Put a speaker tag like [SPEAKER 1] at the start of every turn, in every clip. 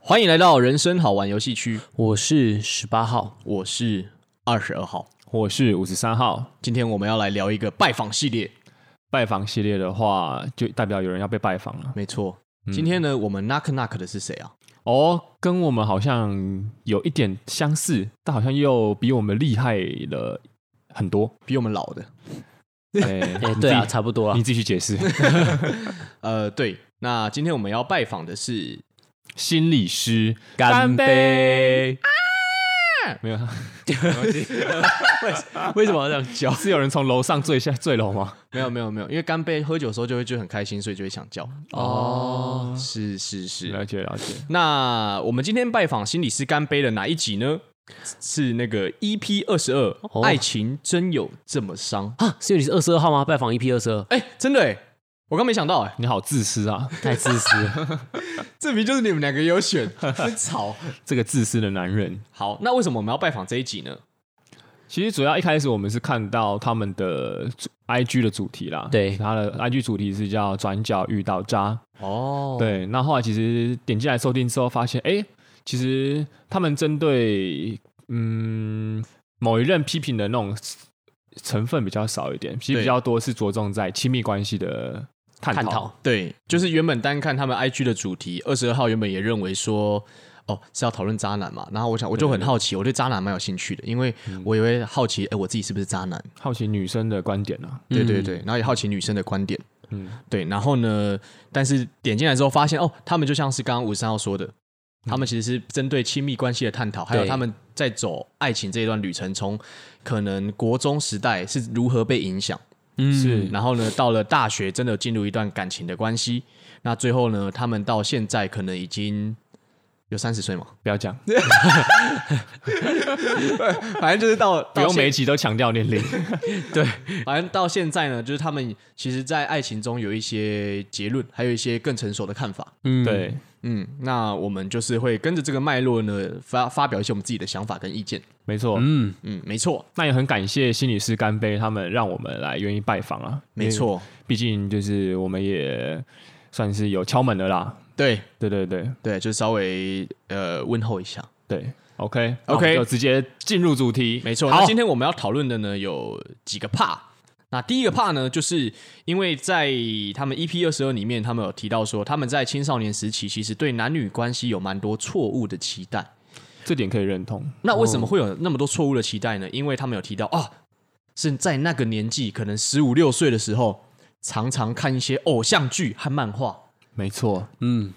[SPEAKER 1] 欢迎来到人生好玩游戏区，
[SPEAKER 2] 我是十八 号，
[SPEAKER 1] 我是二十二号。
[SPEAKER 3] 我是五十三号。
[SPEAKER 1] 今天我们要来聊一个拜访系列，
[SPEAKER 3] 拜访系列的话，就代表有人要被拜访了。
[SPEAKER 1] 没错。今天呢，我们 knock knock 的是谁啊？
[SPEAKER 3] 哦，跟我们好像有一点相似，但好像又比我们厉害了 很多。
[SPEAKER 1] 比我们老的。
[SPEAKER 3] 哎、
[SPEAKER 2] 哎、对啊，差不多啊
[SPEAKER 3] 你。继续 解释。
[SPEAKER 1] 呃，对。那今天我们要拜访的是，
[SPEAKER 3] 心理师，啊
[SPEAKER 2] 干杯！
[SPEAKER 3] 没有，
[SPEAKER 2] 为什么要这样叫？
[SPEAKER 3] 是有人从楼上坠下坠楼吗？
[SPEAKER 1] 没有没有没有，因为干杯喝酒的时候就会就很开心，所以就会想叫。
[SPEAKER 2] 哦，
[SPEAKER 1] 是是是。
[SPEAKER 3] 了解了解。
[SPEAKER 1] 那我们今天拜访心理师干杯的哪一集呢？是那个 EP 二十二，爱情真有这么伤？
[SPEAKER 2] 啊，是因为你是二十二号吗？拜访 EP 二十 二，
[SPEAKER 1] 哎、真的哎、我刚没想到哎、
[SPEAKER 3] 你好自私啊，
[SPEAKER 2] 太自私了。
[SPEAKER 1] 这明明就是你们两个有 选，真吵。
[SPEAKER 3] 这个自私的男人。
[SPEAKER 1] 好，那为什么我们要拜访这一集呢？
[SPEAKER 3] 其实主要一开始我们是看到他们的主 IG 的主题啦，
[SPEAKER 2] 对
[SPEAKER 3] 他的 IG 主题是叫“转角遇到渣”，
[SPEAKER 1] 哦，
[SPEAKER 3] 对，那后来其实点进来收听之后，发现哎、诶其实他们针对嗯某一任批评的那种成分比较少一点，其实
[SPEAKER 1] 对
[SPEAKER 3] 比较多是着重在亲密关系的探
[SPEAKER 2] 探
[SPEAKER 3] 讨
[SPEAKER 2] 讨。
[SPEAKER 1] 对，就是原本单看他们 IG 的主题，二十二号原本也认为说，哦是要讨论渣男嘛。然后我想，我就很好奇，我对嗯渣男蛮有兴趣的，因为我也会好奇，哎，我自己是不是渣男？
[SPEAKER 3] 好奇女生的观点啊，
[SPEAKER 1] 对对对，然后也好奇女生的观点。嗯
[SPEAKER 3] 嗯，
[SPEAKER 1] 对。然后呢，但是点进来之后发现，哦，他们就像是刚刚五十三号说的。他们其实是针对亲密关系的探讨，还有
[SPEAKER 2] 对
[SPEAKER 1] 他们在走爱情这一段旅程，从可能国中时代是如何被影响，
[SPEAKER 2] 嗯，
[SPEAKER 3] 是
[SPEAKER 1] 然后呢，到了大学真的进入一段感情的关系，那最后呢，他们到现在可能已经有三十岁嘛，
[SPEAKER 3] 不要讲，
[SPEAKER 1] 反正就是 到
[SPEAKER 3] 不
[SPEAKER 1] 不
[SPEAKER 3] 用每一集都强调年龄。
[SPEAKER 1] 对，反正到现在呢，就是他们其实，在爱情中有一些结论，还有一些更成熟的看法。
[SPEAKER 2] 嗯，
[SPEAKER 3] 对，
[SPEAKER 1] 嗯，那我们就是会跟着这个脉络呢，发发表一些我们自己的想法跟意见。
[SPEAKER 3] 没错。
[SPEAKER 2] 嗯，
[SPEAKER 1] 嗯，没错，
[SPEAKER 3] 那也很感谢心理师干杯，他们让我们来愿意拜访啊。
[SPEAKER 1] 没，错，
[SPEAKER 3] 毕竟就是我们也算是有敲门的啦。
[SPEAKER 1] 对
[SPEAKER 3] 对对对
[SPEAKER 1] 对，就稍微呃问候一下。
[SPEAKER 3] 对，OK
[SPEAKER 1] OK
[SPEAKER 3] 那我们就直接进入主题。
[SPEAKER 1] 没错，
[SPEAKER 3] 好
[SPEAKER 1] 那今天我们要讨论的呢有几个 part。那第一个 part 呢，就是因为在他们 EP 二十二里面，他们有提到说，他们在青少年时期其实对男女关系有蛮多错误的期待。
[SPEAKER 3] 这点可以认同。
[SPEAKER 1] 那为什么会有那么多错误的期待呢？因为他们有提到啊，是在那个年纪，可能十五六岁的时候，常常看一些偶像剧和漫画
[SPEAKER 3] 没错，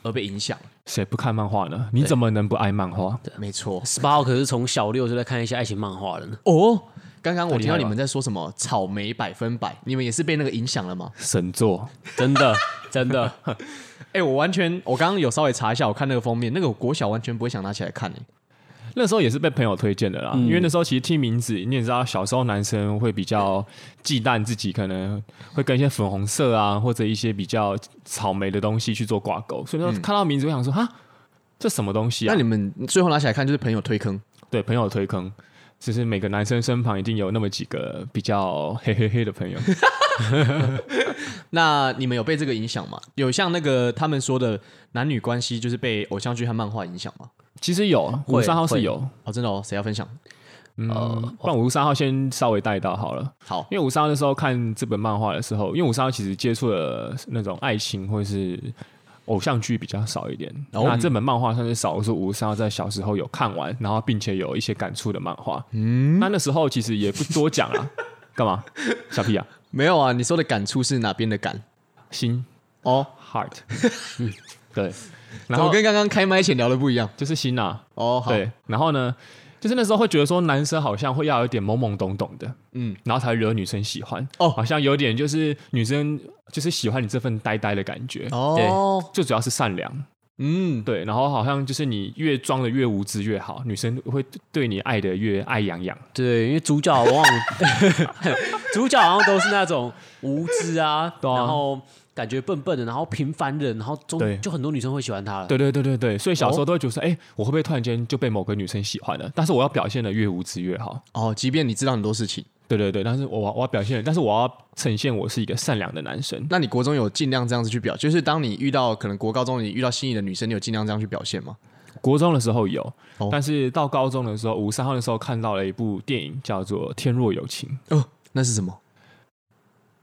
[SPEAKER 1] 而被影响。
[SPEAKER 3] 谁不看漫画呢？你怎么能不爱漫画？
[SPEAKER 1] 没错。
[SPEAKER 2] 十八号可是从小六就在看一些爱情漫画了 呢。
[SPEAKER 1] 哦，刚刚我听到
[SPEAKER 3] 太厉害了
[SPEAKER 1] 你们在说什么草莓百分百，你们也是被那个影响了吗？
[SPEAKER 3] 神作，
[SPEAKER 2] 真的，真 的，
[SPEAKER 1] 哎、我完全，我刚刚有稍微查一下，我看那个封面，那个我国小完全不会想拿起来看、欸。
[SPEAKER 3] 那时候也是被朋友推荐的啦。因为那时候其实听名字，你也知道，小时候男生会比较忌惮自己，可能会跟一些粉红色啊，或者一些比较草莓的东西去做挂钩。所以说看到名字，我想说，哈，这什么东西啊
[SPEAKER 1] 那？你们最后拿起来看，就是朋友推坑。
[SPEAKER 3] 对，朋友推坑。就是每个男生身旁一定有那么几个比较嘿嘿嘿的朋友，
[SPEAKER 1] 那你们有被这个影响吗？有像那个他们说的男女关系，就是被偶像剧和漫画影响吗？
[SPEAKER 3] 其实有五
[SPEAKER 2] 会
[SPEAKER 3] 三号是
[SPEAKER 2] 会
[SPEAKER 3] 有，
[SPEAKER 1] 哦，真的哦，谁要分享？
[SPEAKER 3] 嗯，不然五三号先稍微带到好了。
[SPEAKER 1] 好，
[SPEAKER 3] 因为五三那时候看这本漫画的时候，因为五三其实接触了那种爱情或是偶像剧比较少一点。
[SPEAKER 1] 哦
[SPEAKER 3] 那这本漫画算是少数五三在小时候有看完，然后并且有一些感触的漫画。嗯，那那时候其实也不多讲 啊，干嘛？小屁啊，
[SPEAKER 1] 没有啊，你说的感触是哪边的感？
[SPEAKER 3] 心
[SPEAKER 1] 哦，
[SPEAKER 3] heart，对，嗯
[SPEAKER 1] 怎
[SPEAKER 3] 然
[SPEAKER 1] 么
[SPEAKER 3] 后
[SPEAKER 1] 跟刚刚开麦前聊的不一样？
[SPEAKER 3] 就是心啊，
[SPEAKER 1] 哦，好，
[SPEAKER 3] 对，然后呢，就是那时候会觉得说，男生好像会要有一点懵懵懂懂的，
[SPEAKER 1] 嗯
[SPEAKER 3] 嗯，然后才惹女生喜欢，
[SPEAKER 1] 哦
[SPEAKER 3] 哦，好像有点就是女生就是喜欢你这份呆呆的感觉，
[SPEAKER 1] 哦，
[SPEAKER 3] 最主要是善良，
[SPEAKER 1] 嗯，
[SPEAKER 3] 对，然后好像就是你越装的越无知越好，女生会对你爱的越爱洋洋，
[SPEAKER 1] 啊
[SPEAKER 2] 对，因为主角往往 主角好像都是那种无知啊，
[SPEAKER 3] 对啊
[SPEAKER 2] 然后感觉笨笨的，然后平凡人，然后中
[SPEAKER 3] 对
[SPEAKER 2] 就很多女生会喜欢他了。
[SPEAKER 3] 对对对对对，所以
[SPEAKER 1] 哦
[SPEAKER 3] 小时候都会觉得说，哎、我会不会突然间就被某个女生喜欢了？但是我要表现的越无知越好，
[SPEAKER 1] 哦，即便你知道很多事情，
[SPEAKER 3] 对对对，但是我我要表现，但是我要呈现我是一个善良的男生，
[SPEAKER 1] 那你国中有尽量这样子去表，就是当你遇到可能国高中你遇到心仪的女生，你有尽量这样去表现吗？
[SPEAKER 3] 国中的时候有，
[SPEAKER 1] 哦
[SPEAKER 3] 但是到高中的时候，五三号的时候看到了一部电影叫做《天若有情》，
[SPEAKER 1] 哦，那是什么？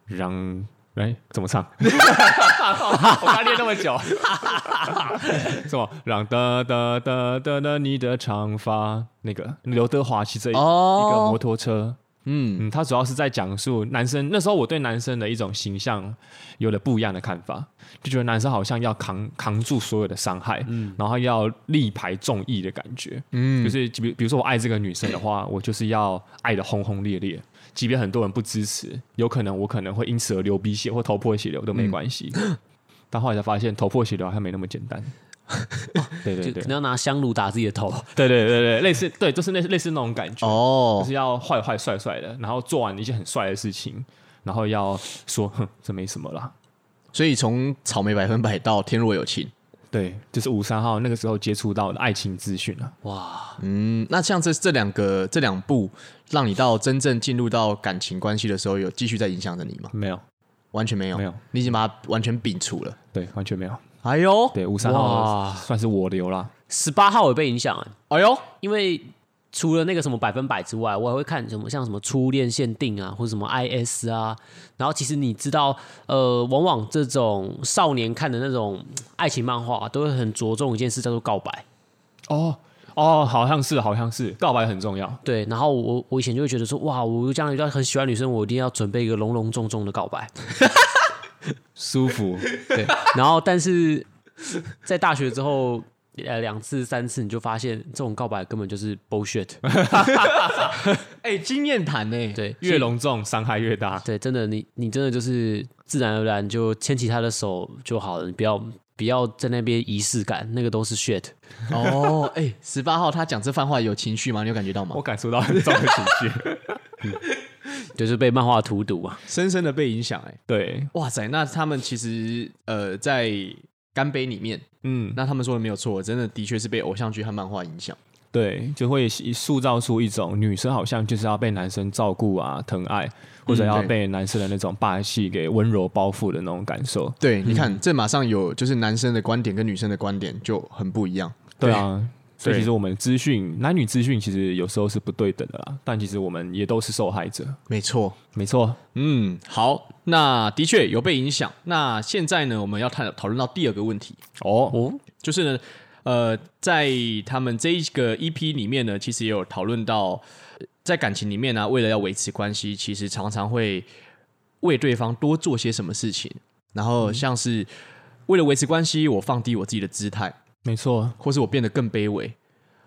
[SPEAKER 3] 让哎怎 么唱？我刚练那么久， 什么让哒哒哒哒哒你的长发？那个刘德华骑着一、一个摩
[SPEAKER 1] 哦，
[SPEAKER 3] 托车，
[SPEAKER 1] 嗯，
[SPEAKER 3] 嗯，他主要是在讲述男生。那时候我对男生的一种形象有了不一样的看法，就觉得男生好像要扛扛住所有的伤害，然后要力排众议的感觉。嗯，就是比比如说我爱这个女生的话，我就是要爱的轰轰烈烈，即便很多人不支持，有可能我可能会因此而流鼻血或头破血流都没关系。 但后来才发现，头破血流还没那么简单。哦对对
[SPEAKER 2] 就
[SPEAKER 3] 对
[SPEAKER 2] 可能要拿香炉打自己的头，
[SPEAKER 3] 对对对对，类似对，就是类似类似那种感觉。就
[SPEAKER 1] 哦
[SPEAKER 3] 是，要坏坏帅帅的，然后做完一件很帅的事情，然后要说哼，这没什么啦。
[SPEAKER 1] 所以从草莓百分百到天若有情，
[SPEAKER 3] 对，就是五三号那个时候接触到的爱情资讯啊。
[SPEAKER 2] 哇，
[SPEAKER 1] 嗯，那像这这两个这两部，让你到真正进入到感情关系的时候，有继续在影响着你吗？
[SPEAKER 3] 没有，
[SPEAKER 1] 完全没有，
[SPEAKER 3] 没有，
[SPEAKER 1] 你已经把它完全摒除了。
[SPEAKER 3] 对，完全没有。
[SPEAKER 1] 哎呦，
[SPEAKER 3] 对，五三
[SPEAKER 2] 哇
[SPEAKER 3] 号算是我流啦。
[SPEAKER 2] 十八号也被影响、欸，
[SPEAKER 1] 哎呦，
[SPEAKER 2] 因为除了那个什么百分百之外，我还会看什么像什么初恋限定啊，或者什么 IS 啊。然后其实你知道，呃，往往这种少年看的那种嗯爱情漫画、都会很着重一件事，叫做告白。
[SPEAKER 3] 哦哦，好像是，好像是，告白很重要。
[SPEAKER 2] 对，然后我我以前就会觉得说，哇，我将来要很喜欢女生，我一定要准备一个隆隆重重的告白。
[SPEAKER 3] 舒服，对，
[SPEAKER 2] 然后，但是在大学之后，呃，两次三次你就发现这种告白根本就是 bullshit。
[SPEAKER 1] 哎、经验谈欸呢？
[SPEAKER 2] 对，
[SPEAKER 3] 越隆重伤害越大。
[SPEAKER 2] 对，真的，你你真的就是自然而然就牵起他的手就好了，你不要不要在那边仪式感，那个都是 shit。
[SPEAKER 1] 哦，哎、十八号他讲这番话有情绪吗？你有感觉到吗
[SPEAKER 3] 我？感受到很重的情 绪。
[SPEAKER 2] 就是被漫画荼毒啊！
[SPEAKER 1] 深深的被影响，哎，
[SPEAKER 3] 对，
[SPEAKER 1] 哇塞，那他们其实呃在干杯里面，
[SPEAKER 3] 嗯，
[SPEAKER 1] 那他们说的没有错，真的的确是被偶像剧和漫画影响。
[SPEAKER 3] 对，就会塑造出一种女生好像就是要被男生照顾啊、疼爱，或者
[SPEAKER 1] 嗯
[SPEAKER 3] 要
[SPEAKER 1] 对
[SPEAKER 3] 被男生的那种霸气给温柔包覆的那种感受。
[SPEAKER 1] 对，你看，这马上有就是男生的观点跟女生的观点就很不一样。
[SPEAKER 3] 对啊，所以
[SPEAKER 1] 对
[SPEAKER 3] 其实我们资讯男女资讯其实有时候是不对等的啦，但其实我们也都是受害者。
[SPEAKER 1] 没错，
[SPEAKER 3] 没错，
[SPEAKER 1] 嗯，好，那的确有被影响。那现在呢，我们要探讨论到第二个问题，
[SPEAKER 3] 哦，
[SPEAKER 2] 哦，
[SPEAKER 1] 就是呢，呃，在他们这一个 EP 里面呢，其实也有讨论到，呃在感情里面呢、为了要维持关系，其实常常会为对方多做些什么事情，然后
[SPEAKER 3] 嗯
[SPEAKER 1] 像是为了维持关系，我放低我自己的姿态，
[SPEAKER 3] 没错，
[SPEAKER 1] 或是我变得更卑微，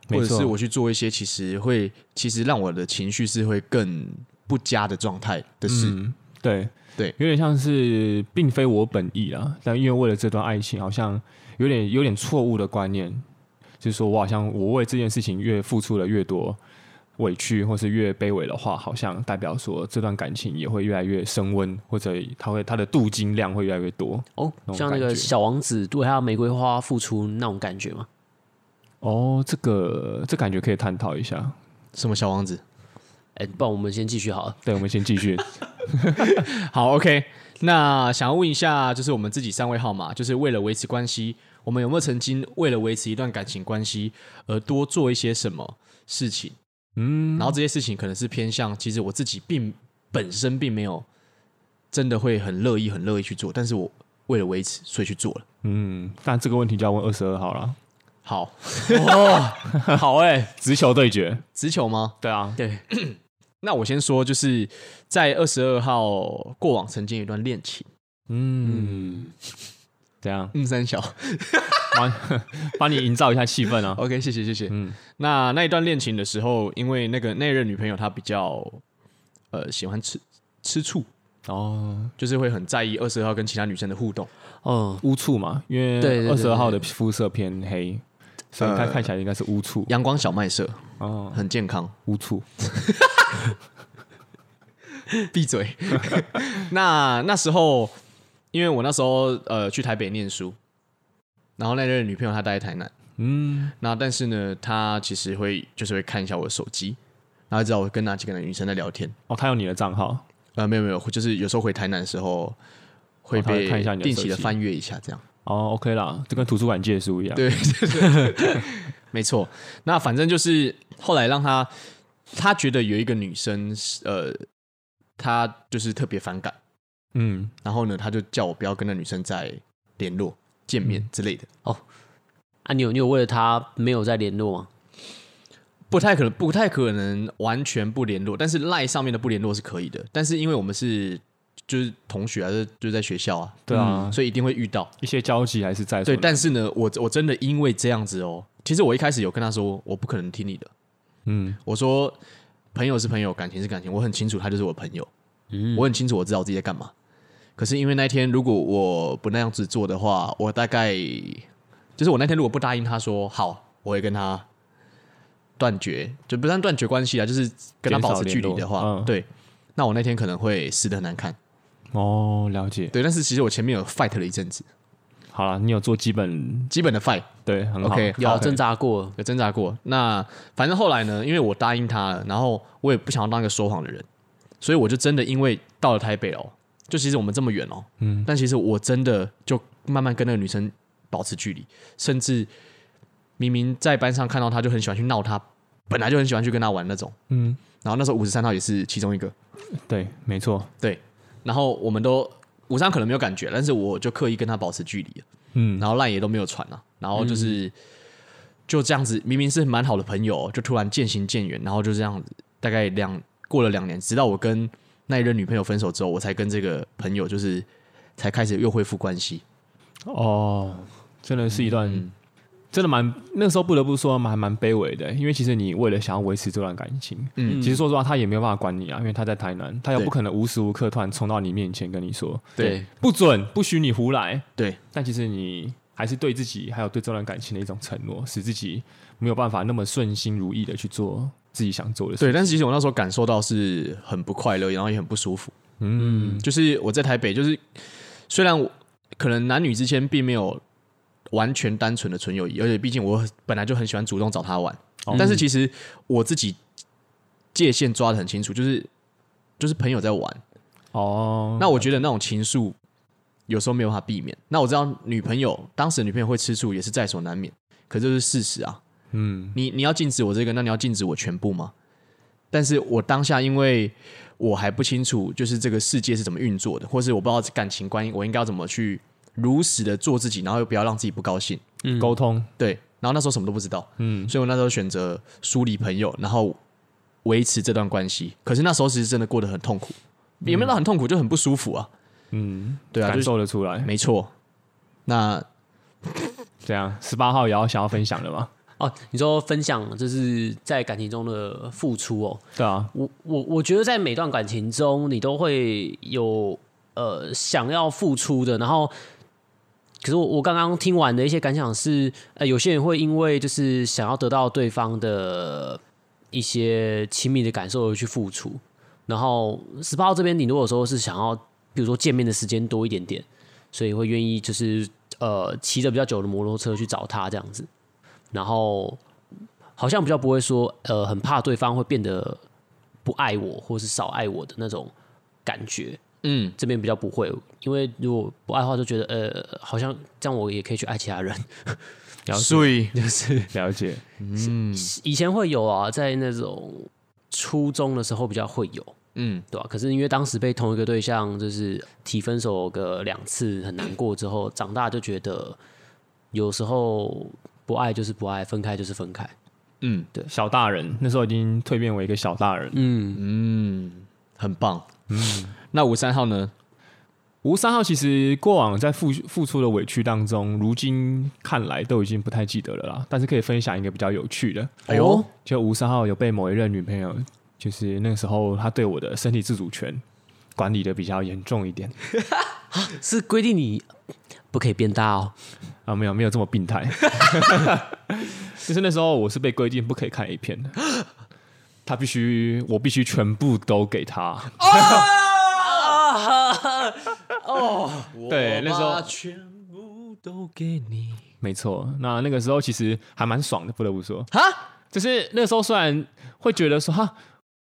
[SPEAKER 3] 没
[SPEAKER 1] 或者
[SPEAKER 3] 错
[SPEAKER 1] 是我去做一些其实会其实让我的情绪是会更不佳的状态的事。
[SPEAKER 3] 嗯，对
[SPEAKER 1] 对
[SPEAKER 3] 有点像是并非我本意啦，但因为为了这段爱情，好像有点有点错误的观念，就是说我好像我为这件事情越付出了越多委屈，或是越卑微的话，好像代表说这段感情也会越来越升温，或者它会它的镀金量会越来越多。
[SPEAKER 2] 哦，
[SPEAKER 3] 那种
[SPEAKER 2] 像那
[SPEAKER 3] 感
[SPEAKER 2] 个
[SPEAKER 3] 觉
[SPEAKER 2] 小王子对他玫瑰花付出那种感觉嘛，
[SPEAKER 3] 哦，这个这感觉可以探讨一下。
[SPEAKER 1] 什么小王子？
[SPEAKER 2] 哎，不然我们先继续好了。
[SPEAKER 3] 对，我们先继续。
[SPEAKER 1] 好，OK。那想要问一下，就是我们自己三位号码，就是为了维持关系，我们有没有曾经为了维持一段感情关系而多做一些什么事情？
[SPEAKER 3] 嗯
[SPEAKER 1] 然，后这些事情可能是偏向，其实我自己并本身并没有真的会很乐意、很乐意去做，但是我为了维持，所以去做了。
[SPEAKER 3] 嗯，但这个问题就要问二十二号了，
[SPEAKER 1] 好，
[SPEAKER 2] 好哎，
[SPEAKER 3] 直球对决。
[SPEAKER 1] 直球吗？
[SPEAKER 3] 对啊，
[SPEAKER 2] 对，
[SPEAKER 1] 那我先说，就是在二十二号过往曾经有一段恋情，？
[SPEAKER 3] 嗯，怎样
[SPEAKER 1] 嗯，三小
[SPEAKER 3] 帮 帮你营造一下气氛
[SPEAKER 2] 哦
[SPEAKER 3] 啊。
[SPEAKER 1] ，OK，谢谢谢谢。
[SPEAKER 3] 嗯，
[SPEAKER 1] 那那一段恋情的时候，因为那个那任女朋友她比较呃喜欢吃吃醋，
[SPEAKER 3] 哦，
[SPEAKER 1] 就是会很在意二十二号跟其他女生的互动。
[SPEAKER 2] 嗯，
[SPEAKER 3] 乌醋嘛，因
[SPEAKER 2] 对
[SPEAKER 3] 为
[SPEAKER 2] 对
[SPEAKER 3] 二
[SPEAKER 2] 对
[SPEAKER 3] 十
[SPEAKER 2] 对
[SPEAKER 3] 二号的肤色偏黑，所以它
[SPEAKER 1] 呃
[SPEAKER 3] 看起来应该是乌醋。
[SPEAKER 1] 阳光小麦色
[SPEAKER 3] 哦，
[SPEAKER 1] 很健康，
[SPEAKER 3] 乌醋。
[SPEAKER 1] 闭嘴。 那那时候，因为我那时候呃去台北念书，然后那任女朋友她待在台南，
[SPEAKER 3] 嗯，
[SPEAKER 1] 那但是呢，她其实会就是会看一下我的手机，然后知道我跟哪几个女生在聊天。
[SPEAKER 3] 哦，他有你的账号。
[SPEAKER 1] 呃，没有没有，就是有时候回台南的时候会
[SPEAKER 3] 哦他会
[SPEAKER 1] 被
[SPEAKER 3] 看一下你的
[SPEAKER 1] 定
[SPEAKER 3] 手
[SPEAKER 1] 期的
[SPEAKER 3] 机
[SPEAKER 1] 翻阅一下，这样。
[SPEAKER 3] 啊 哦，OK 啦，就跟图书馆借书一样。
[SPEAKER 1] 对，对对没错。那反正就是后来让他，他觉得有一个女生，呃，他就是特别反感，
[SPEAKER 3] 嗯，
[SPEAKER 1] 然后呢，他就叫我不要跟那女生再联络、见面
[SPEAKER 3] 嗯
[SPEAKER 1] 之类的。
[SPEAKER 2] 啊，你有你有为了他没有再联络吗？
[SPEAKER 1] 不太可能，不太可能完全不联络，但是赖上面的不联络是可以的。但是因为我们是就是同学还是就在学校啊，
[SPEAKER 3] 对啊，
[SPEAKER 1] 所以一定会遇到。
[SPEAKER 3] 一些交集还是在所
[SPEAKER 1] 对，
[SPEAKER 3] 难
[SPEAKER 1] 但是呢，我我真的因为这样子哦，其实我一开始有跟他说，我不可能听你的。
[SPEAKER 3] 嗯，
[SPEAKER 1] 我说朋友是朋友，感情是感情，我很清楚他就是我朋友，
[SPEAKER 2] 嗯
[SPEAKER 1] 我很清楚我知道我自己在干嘛。可是因为那一天如果我不那样子做的话，我大概就是我那天如果不答应他说好，我会跟他断绝，就不算断绝关系啊，就是跟他保持距离的
[SPEAKER 3] 减少联
[SPEAKER 1] 话，
[SPEAKER 3] 络嗯
[SPEAKER 1] 对，那我那天可能会死的很难看。
[SPEAKER 3] 哦，了解。
[SPEAKER 1] 对，但是其实我前面有 fight 了一阵子，
[SPEAKER 3] 好了，你有做基本
[SPEAKER 1] 基本的 fight
[SPEAKER 3] 对，很好。
[SPEAKER 1] OK，
[SPEAKER 2] 有啊
[SPEAKER 1] 好
[SPEAKER 2] 挣扎过，
[SPEAKER 1] 有挣扎过。那反正后来呢，因为我答应他了，然后我也不想要当一个说谎的人，所以我就真的因为到了台北哦，就其实我们这么远哦，嗯，但其实我真的就慢慢跟那个女生保持距离，甚至明明在班上看到她就很喜欢去闹她，本来就很喜欢去跟她玩那种，
[SPEAKER 3] 嗯，
[SPEAKER 1] 然后那时候五十三号也是其中一个，
[SPEAKER 3] 对，没错。
[SPEAKER 1] 对，然后我们都五三可能没有感觉，但是我就刻意跟她保持距离了。
[SPEAKER 3] 嗯，
[SPEAKER 1] 然后赖也都没有传啊，然后就是、就这样子，明明是蛮好的朋友，哦就突然渐行渐远，然后就这样子，大概两过了两年，直到我跟那一任女朋友分手之后，我才跟这个朋友就是才开始又恢复关系。
[SPEAKER 3] 哦，真的是一段，
[SPEAKER 2] 嗯
[SPEAKER 3] 真的蛮那时候不得不说蛮还蛮卑微的，因为其实你为了想要维持这段感情，
[SPEAKER 1] 嗯
[SPEAKER 3] 嗯，其实说实话他也没有办法管你啊，因为他在台南，他也
[SPEAKER 1] 对
[SPEAKER 3] 不可能无时无刻突然冲到你面前跟你说
[SPEAKER 2] 嗯
[SPEAKER 1] 对
[SPEAKER 3] 不准不许你胡来，
[SPEAKER 1] 对
[SPEAKER 3] 但其实你还是对自己还有对这段感情的一种承诺，使自己没有办法那么顺心如意的去做自己想做的事。
[SPEAKER 1] 对，但是其实我那时候感受到是很不快乐，然后也很不舒服。
[SPEAKER 3] 嗯，
[SPEAKER 1] 就是我在台北，就是虽然我可能男女之间并没有完全单纯的纯友谊，而且毕竟我本来就很喜欢主动找他玩，
[SPEAKER 3] 哦
[SPEAKER 1] 但是其实我自己界限抓的很清楚，就是就是朋友在玩，
[SPEAKER 3] 哦，
[SPEAKER 1] 那我觉得那种情愫有时候没有办法避免。那我知道女朋友当时的女朋友会吃醋也是在所难免，可这是事实啊。
[SPEAKER 3] 嗯，
[SPEAKER 1] 你你要禁止我这个，那你要禁止我全部吗？但是我当下因为我还不清楚，就是这个世界是怎么运作的，或是我不知道感情观，我应该要怎么去如实的做自己，然后又不要让自己不高兴。
[SPEAKER 3] 沟通，
[SPEAKER 1] 对，然后那时候什么都不知道，
[SPEAKER 3] 嗯，
[SPEAKER 1] 所以我那时候选择疏离朋友，然后维持这段关系。可是那时候其实真的过得很痛苦，也没有到很痛苦，就很不舒服啊。
[SPEAKER 3] 嗯，
[SPEAKER 1] 对啊，就
[SPEAKER 3] 感
[SPEAKER 1] 是
[SPEAKER 3] 受得出来。
[SPEAKER 1] 没错。那
[SPEAKER 3] 这样，啊十八号也要想要分享了嘛？
[SPEAKER 2] 哦，你说分享就是在感情中的付出哦。
[SPEAKER 3] 对啊，
[SPEAKER 2] 我我我觉得在每段感情中，你都会有呃想要付出的，然后。可是我我刚刚听完的一些感想是，呃，有些人会因为就是想要得到对方的一些亲密的感受而去付出，然后十八号这边你如果说是想要，比如说见面的时间多一点点，所以会愿意就是呃骑着比较久的摩托车去找他这样子，然后好像比较不会说呃很怕对方会变得不爱我或是少爱我的那种感觉。
[SPEAKER 1] 嗯，
[SPEAKER 2] 这边比较不会，因为如果不爱的话，就觉得呃，好像这样我也可以去爱其他人。
[SPEAKER 1] 所以 就是
[SPEAKER 3] 啊了解。
[SPEAKER 2] 以前会有啊，在那种初中的时候比较会有，
[SPEAKER 1] 嗯，
[SPEAKER 2] 对吧、啊可是因为当时被同一个对象就是提分手个两次，很难过之后，长大就觉得有时候不爱就是不爱，分开就是分开。
[SPEAKER 1] 嗯
[SPEAKER 3] 小大人那时候已经蜕变为一个小大人。
[SPEAKER 2] 嗯，
[SPEAKER 1] 嗯，很棒。嗯， 那五三号呢？
[SPEAKER 3] 吴三号其实过往在付付出的委屈当中，如今看来都已经不太记得了啦。但是可以分享一个比较有趣的，
[SPEAKER 1] 哎呦，
[SPEAKER 3] 就吴三号有被某一任女朋友，就是那时候他对我的身体自主权管理的比较严重一点
[SPEAKER 2] 是规定你不可以变大哦。
[SPEAKER 3] 啊，没有没有这么病 态，就是那时候我是被规定不可以看 A 片的，他必须我必须全部都给他，
[SPEAKER 1] 哦
[SPEAKER 3] 对那时候
[SPEAKER 1] 我把全部都给你
[SPEAKER 3] 没错。那那个时候其实还蛮爽的，不得不说，
[SPEAKER 1] 哈，
[SPEAKER 3] 就是那时候虽然会觉得说哈，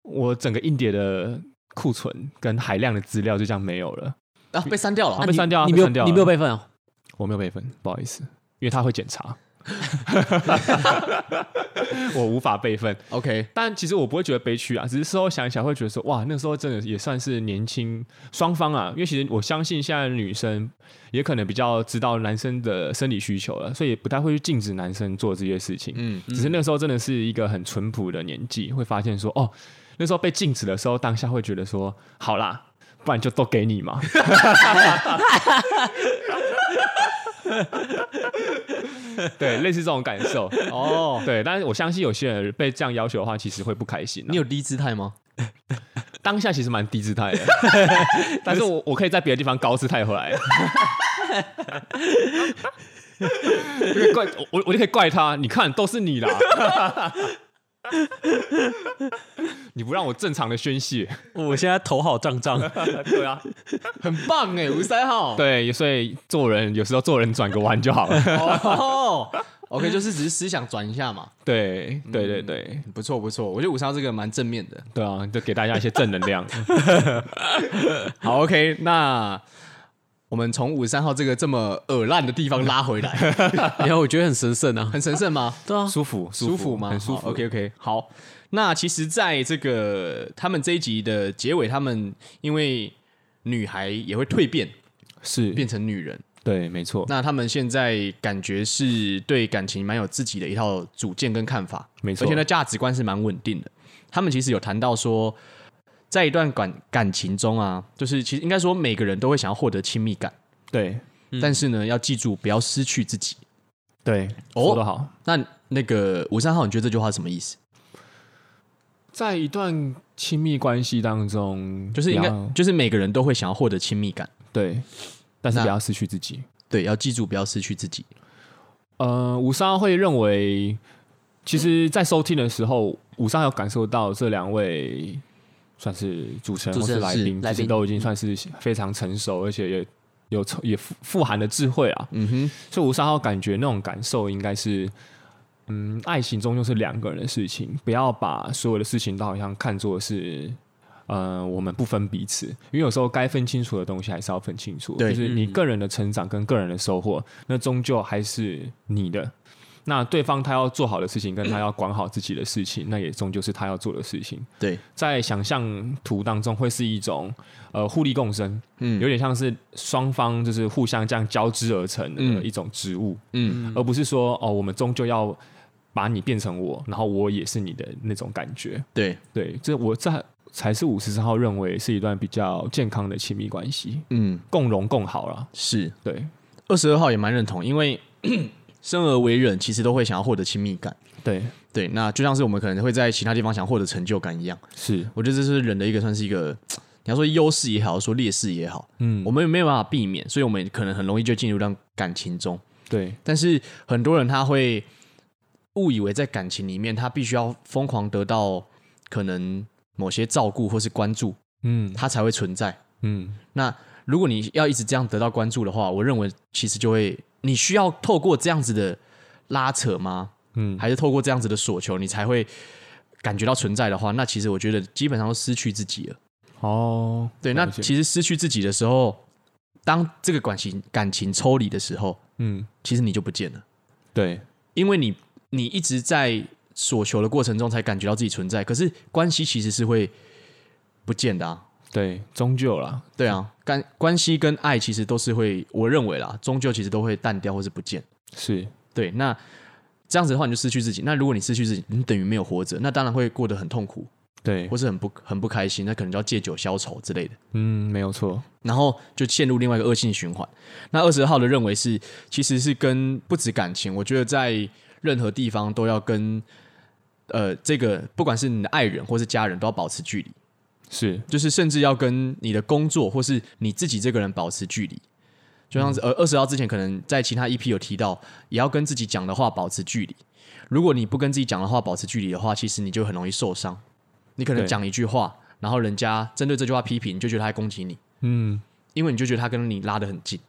[SPEAKER 3] 我整个硬碟的库存跟海量的资料就这样没有了，
[SPEAKER 1] 啊，被删掉了
[SPEAKER 3] 被。删掉啊，
[SPEAKER 2] 你
[SPEAKER 3] 被
[SPEAKER 2] 没有
[SPEAKER 3] 删掉啊，
[SPEAKER 2] 你没有备份哦。
[SPEAKER 3] 我没有备份，不好意思，因为他会检查。我无法备份。
[SPEAKER 1] OK，
[SPEAKER 3] 但其实我不会觉得悲屈啊，只是事后想起来会觉得说，哇，那时候真的也算是年轻双方啊，因为其实我相信现在的女生也可能比较知道男生的生理需求了，所以也不太会去禁止男生做这些事情。
[SPEAKER 1] 嗯
[SPEAKER 3] 嗯，只是那时候真的是一个很淳朴的年纪，会发现说，哦，那时候被禁止的时候，当下会觉得说，好啦，不然就都给你 嘛。对，类似这种感受。
[SPEAKER 1] 哦，
[SPEAKER 3] 对，但是我相信有些人被这样要求的话，其实会不开心、啊。
[SPEAKER 1] 你有低姿态吗？
[SPEAKER 3] 当下其实蛮低姿态的，但是我我可以在别的地方高姿态回来。我就怪我，我就可以怪他。你看，都是你啦，你不让我正常的宣泄，
[SPEAKER 2] 我现在头好胀 胀。
[SPEAKER 3] 对啊，
[SPEAKER 1] 很棒哎，五三号。
[SPEAKER 3] 对，所以做人有时候做人转个弯就好了。
[SPEAKER 1] 哦，OK，就是只是思想转一下嘛。
[SPEAKER 3] 对，
[SPEAKER 1] 嗯
[SPEAKER 3] 对对对
[SPEAKER 1] 不错不错，我觉得五三号这个蛮正面的。
[SPEAKER 3] 对啊，就给大家一些正能量。
[SPEAKER 1] 好，OK，那我们从五三号这个这么耳烂的地方拉回来，
[SPEAKER 2] 然后我觉得很神圣啊，
[SPEAKER 1] 很神圣吗？
[SPEAKER 2] 对啊，
[SPEAKER 3] 舒服，
[SPEAKER 1] 舒服吗？
[SPEAKER 3] 很舒
[SPEAKER 1] 好
[SPEAKER 3] 服。
[SPEAKER 1] OK OK，好。那其实，在这个他们这一集的结尾，他们因为女孩也会蜕变，
[SPEAKER 3] 是，
[SPEAKER 1] 变成女人。
[SPEAKER 3] 对，没错，
[SPEAKER 1] 那他们现在感觉是对感情蛮有自己的一套主见跟看法，
[SPEAKER 3] 没错
[SPEAKER 1] 而且呢，价值观是蛮稳定的。他们其实有谈到说，在一段感感情中啊，就是其实应该说每个人都会想要获得亲密感，
[SPEAKER 3] 对
[SPEAKER 1] 但是呢，要记住不要失去自己。
[SPEAKER 3] 对，
[SPEAKER 1] 哦
[SPEAKER 3] 说得好。
[SPEAKER 1] 那那个五三号，你觉得这句话是什么意思？
[SPEAKER 3] 在一段亲密关系当中，
[SPEAKER 1] 就是应该
[SPEAKER 3] 不要
[SPEAKER 1] 就是每个人都会想要获得亲密感，
[SPEAKER 3] 对，但是
[SPEAKER 1] 那
[SPEAKER 3] 不要失去自己。
[SPEAKER 1] 对，要记住不要失去自己。
[SPEAKER 3] 呃，五三会认为，其实，在收听的时候，五三有感受到这两位算是主持人
[SPEAKER 2] 主
[SPEAKER 3] 或
[SPEAKER 2] 持
[SPEAKER 3] 是
[SPEAKER 2] 人
[SPEAKER 3] 来
[SPEAKER 2] 是
[SPEAKER 3] 宾，
[SPEAKER 2] 来
[SPEAKER 3] 其实
[SPEAKER 2] 宾
[SPEAKER 3] 都已经算是非常成熟，而且也有也富富含的智慧啊。
[SPEAKER 1] 嗯哼，
[SPEAKER 3] 所以五三号感觉那种感受应该是，嗯，爱情终究是两个人的事情，不要把所有的事情都好像看作是，呃，我们不分彼此，因为有时候该分清楚的东西还是要分清楚，
[SPEAKER 1] 对
[SPEAKER 3] 就是你个人的成长跟个人的收获，那终究还是你的。那对方他要做好的事情，跟他要管好自己的事情，那也终究是他要做的事情。
[SPEAKER 1] 对，
[SPEAKER 3] 在想象图当中会是一种呃互利共生，
[SPEAKER 1] 嗯
[SPEAKER 3] 有点像是双方就是互相这样交织而成的
[SPEAKER 1] 嗯
[SPEAKER 3] 一种植物，
[SPEAKER 1] 嗯，
[SPEAKER 3] 而不是说哦，我们终究要把你变成我，然后我也是你的那种感觉。
[SPEAKER 1] 对，
[SPEAKER 3] 对，这我在才是五十三号认为是一段比较健康的亲密关系，
[SPEAKER 1] 嗯，
[SPEAKER 3] 共荣共好啦。
[SPEAKER 1] 是。
[SPEAKER 3] 对
[SPEAKER 1] 二十二号也蛮认同，因为 生而为人，其实都会想要获得亲密感。
[SPEAKER 3] 对
[SPEAKER 1] 对，那就像是我们可能会在其他地方想获得成就感一样，
[SPEAKER 3] 是，
[SPEAKER 1] 我觉得这是人的一个算是一个，你要说优势也好，说劣势也好，
[SPEAKER 3] 嗯
[SPEAKER 1] 我，们没有办法避免，所以我们可能很容易就进入到感情中。
[SPEAKER 3] 对
[SPEAKER 1] 但是很多人他会误以为在感情里面，他必须要疯狂得到可能某些照顾或是关注，
[SPEAKER 3] 嗯
[SPEAKER 1] 他才会存在。
[SPEAKER 3] 嗯
[SPEAKER 1] 那如果你要一直这样得到关注的话，我认为其实就会，你需要透过这样子的拉扯吗？
[SPEAKER 3] 嗯，
[SPEAKER 1] 还是透过这样子的所求，你才会感觉到存在的话，那其实我觉得基本上都失去自己了。
[SPEAKER 3] 哦，
[SPEAKER 1] 对，那
[SPEAKER 3] 了解
[SPEAKER 1] 其实失去自己的时候，当这个感情感情抽离的时候，
[SPEAKER 3] 嗯
[SPEAKER 1] 其实你就不见了，
[SPEAKER 3] 对
[SPEAKER 1] 因为你你一直在所求的过程中才感觉到自己存在，可是关系其实是会不见的啊。
[SPEAKER 3] 对，终究啦，
[SPEAKER 1] 对啊，感关系跟爱其实都是会，我认为啦，终究其实都会淡掉或是不见。
[SPEAKER 3] 是
[SPEAKER 1] 对，那这样子的话，你就失去自己。那如果你失去自己，你等于没有活着，那当然会过得很痛苦，
[SPEAKER 3] 对
[SPEAKER 1] 或，是很不很不开心。那可能就要借酒消愁之类的，
[SPEAKER 3] 嗯，没有错，
[SPEAKER 1] 然后就陷入另外一个恶性循环。那二十号的认为是，其实是跟不止感情，我觉得在任何地方都要跟呃这个，不管是你的爱人或是家人，都要保持距离。
[SPEAKER 3] 是
[SPEAKER 1] 就是甚至要跟你的工作或是你自己这个人保持距离。就像是呃二十号之前可能在其他 EP 有提到，也要跟自己讲的话保持距离。如果你不跟自己讲的话保持距离的话，其实你就很容易受伤。你可能
[SPEAKER 3] 对
[SPEAKER 1] 讲一句话，然后人家针对这句话批评，你就觉得他在攻击你，
[SPEAKER 3] 嗯
[SPEAKER 1] 因为你就觉得他跟你拉得很近。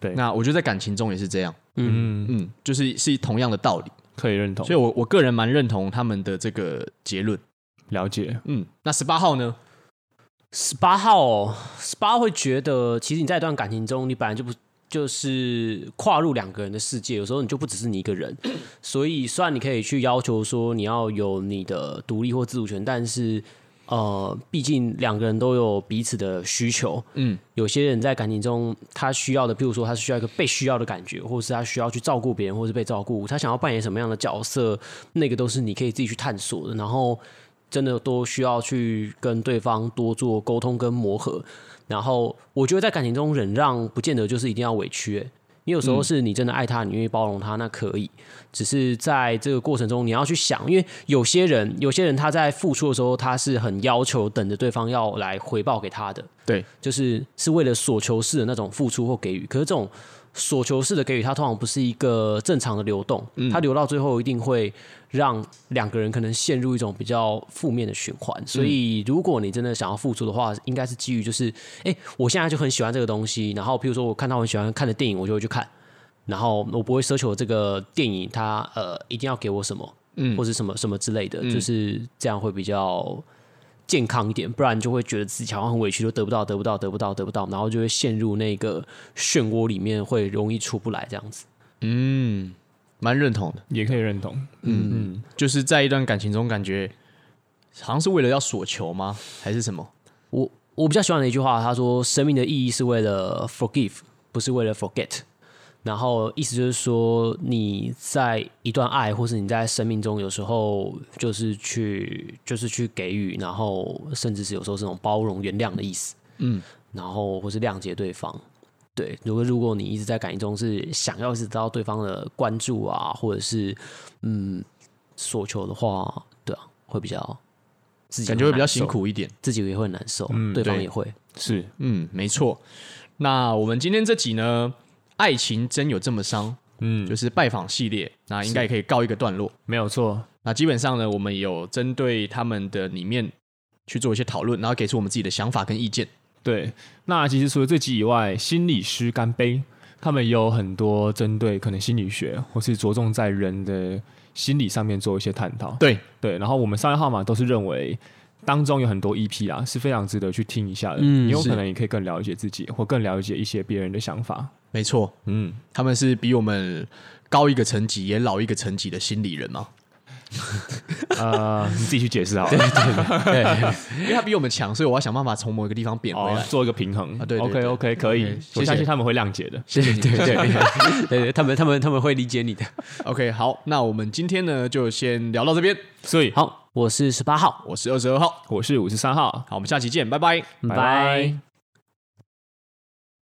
[SPEAKER 3] 对
[SPEAKER 1] 那我觉得在感情中也是这样，
[SPEAKER 3] 嗯，
[SPEAKER 1] 嗯，就是是同样的道理。
[SPEAKER 3] 可以认同
[SPEAKER 1] 所以，我我个人蛮认同他们的这个结论。
[SPEAKER 3] 了解，
[SPEAKER 1] 嗯，那十八号呢？
[SPEAKER 2] 十八号哦，十八会觉得，其实你在一段感情中，你本来就不就是跨入两个人的世界，有时候你就不只是你一个人。所以虽然你可以去要求说你要有你的独立或自主权，但是呃，毕竟两个人都有彼此的需求。嗯，有些人在感情中他需要的，譬如说他需要一个被需要的感觉，或是他需要去照顾别人，或是被照顾，他想要扮演什么样的角色，那个都是你可以自己去探索的。然后真的都需要去跟对方多做沟通跟磨合。然后我觉得在感情中忍让，不见得就是一定要委屈、欸。你有时候是你真的爱他，你愿意包容他，那可以。只是在这个过程中，你要去想，因为有些人，有些人他在付出的时候，他是很要求等着对方要来回报给他的，
[SPEAKER 1] 对，
[SPEAKER 2] 就是是为了所求式的那种付出或给予。可是这种所求式的给予，它通常不是一个正常的流动，它流到最后一定会让两个人可能陷入一种比较负面的循环。所以，如果你真的想要付出的话，应该是基于就是，哎，我现在就很喜欢这个东西，然后譬如说我看到我很喜欢看的电影，我就会去看，然后我不会奢求这个电影它呃一定要给我什么，嗯，或者什么什么之类的，就是这样会比较。健康一点，不然就会觉得自己好像很委屈，都得不到，得不到，得不到，得不到，然后就会陷入那个漩涡里面，会容易出不来这样子。
[SPEAKER 1] 嗯，蛮认同的，
[SPEAKER 3] 也可以认同。
[SPEAKER 1] 就是在一段感情中，感觉好像是为了要所求吗？还是什么？
[SPEAKER 2] 我我比较喜欢的一句话，他说：“生命的意义是为了 forgive，不是为了 forget。”然后意思就是说，你在一段爱，或是你在生命中，有时候就是去就是去给予，然后甚至是有时候是那种包容、原谅的意思。嗯，然后或是谅解对方。对，如果如果你一直在感情中是想要一直得到对方的关注啊，或者是嗯所求的话，对啊，会比较自己
[SPEAKER 1] 感觉会比较
[SPEAKER 2] 难受
[SPEAKER 1] 辛，苦一点。
[SPEAKER 2] 自己也会很难受，对
[SPEAKER 1] 嗯
[SPEAKER 2] 方
[SPEAKER 1] 对
[SPEAKER 2] 也会。
[SPEAKER 3] 是
[SPEAKER 1] 嗯，没错。那我们今天这集呢，爱情真有这么伤？嗯，就是拜访系列，那应该也可以告一个段落。
[SPEAKER 3] 没有错。
[SPEAKER 1] 那基本上呢，我们有针对他们的里面去做一些讨论，然后给出我们自己的想法跟意见。
[SPEAKER 3] 对，那其实除了这集以外，心理师干杯，他们也有很多针对可能心理学或是着重在人的心理上面做一些探讨。
[SPEAKER 1] 对，
[SPEAKER 3] 对，然后我们商业号码都是认为当中有很多 EP 啊，是非常值得去听一下的。
[SPEAKER 2] 嗯
[SPEAKER 3] 你有
[SPEAKER 1] 是
[SPEAKER 3] 可能也可以更了解自己，或更了解一些别人的想法。
[SPEAKER 1] 没错，
[SPEAKER 3] 嗯，
[SPEAKER 1] 他们是比我们高一个层级，也老一个层级的心理人嘛，
[SPEAKER 3] 呃，你自己去解释好了，
[SPEAKER 1] 因为他比我们强，所以我要想办法从某一个地方贬回
[SPEAKER 3] 哦
[SPEAKER 1] 来。，
[SPEAKER 3] 做一个平衡。
[SPEAKER 1] 啊对对
[SPEAKER 3] OK OK，可以，
[SPEAKER 1] 谢
[SPEAKER 3] 我相
[SPEAKER 1] 谢
[SPEAKER 3] 信他们会谅解的。
[SPEAKER 1] 谢谢你，
[SPEAKER 2] 对对对对对，他们他们他们会理解你的。
[SPEAKER 1] OK，好，那我们今天呢就先聊到这边。
[SPEAKER 3] 所以，
[SPEAKER 2] 好，我是十八号，
[SPEAKER 1] 我是二十二号，
[SPEAKER 3] 我是五十三号，
[SPEAKER 1] 好，我们下期见，拜拜。
[SPEAKER 2] 拜
[SPEAKER 3] 拜拜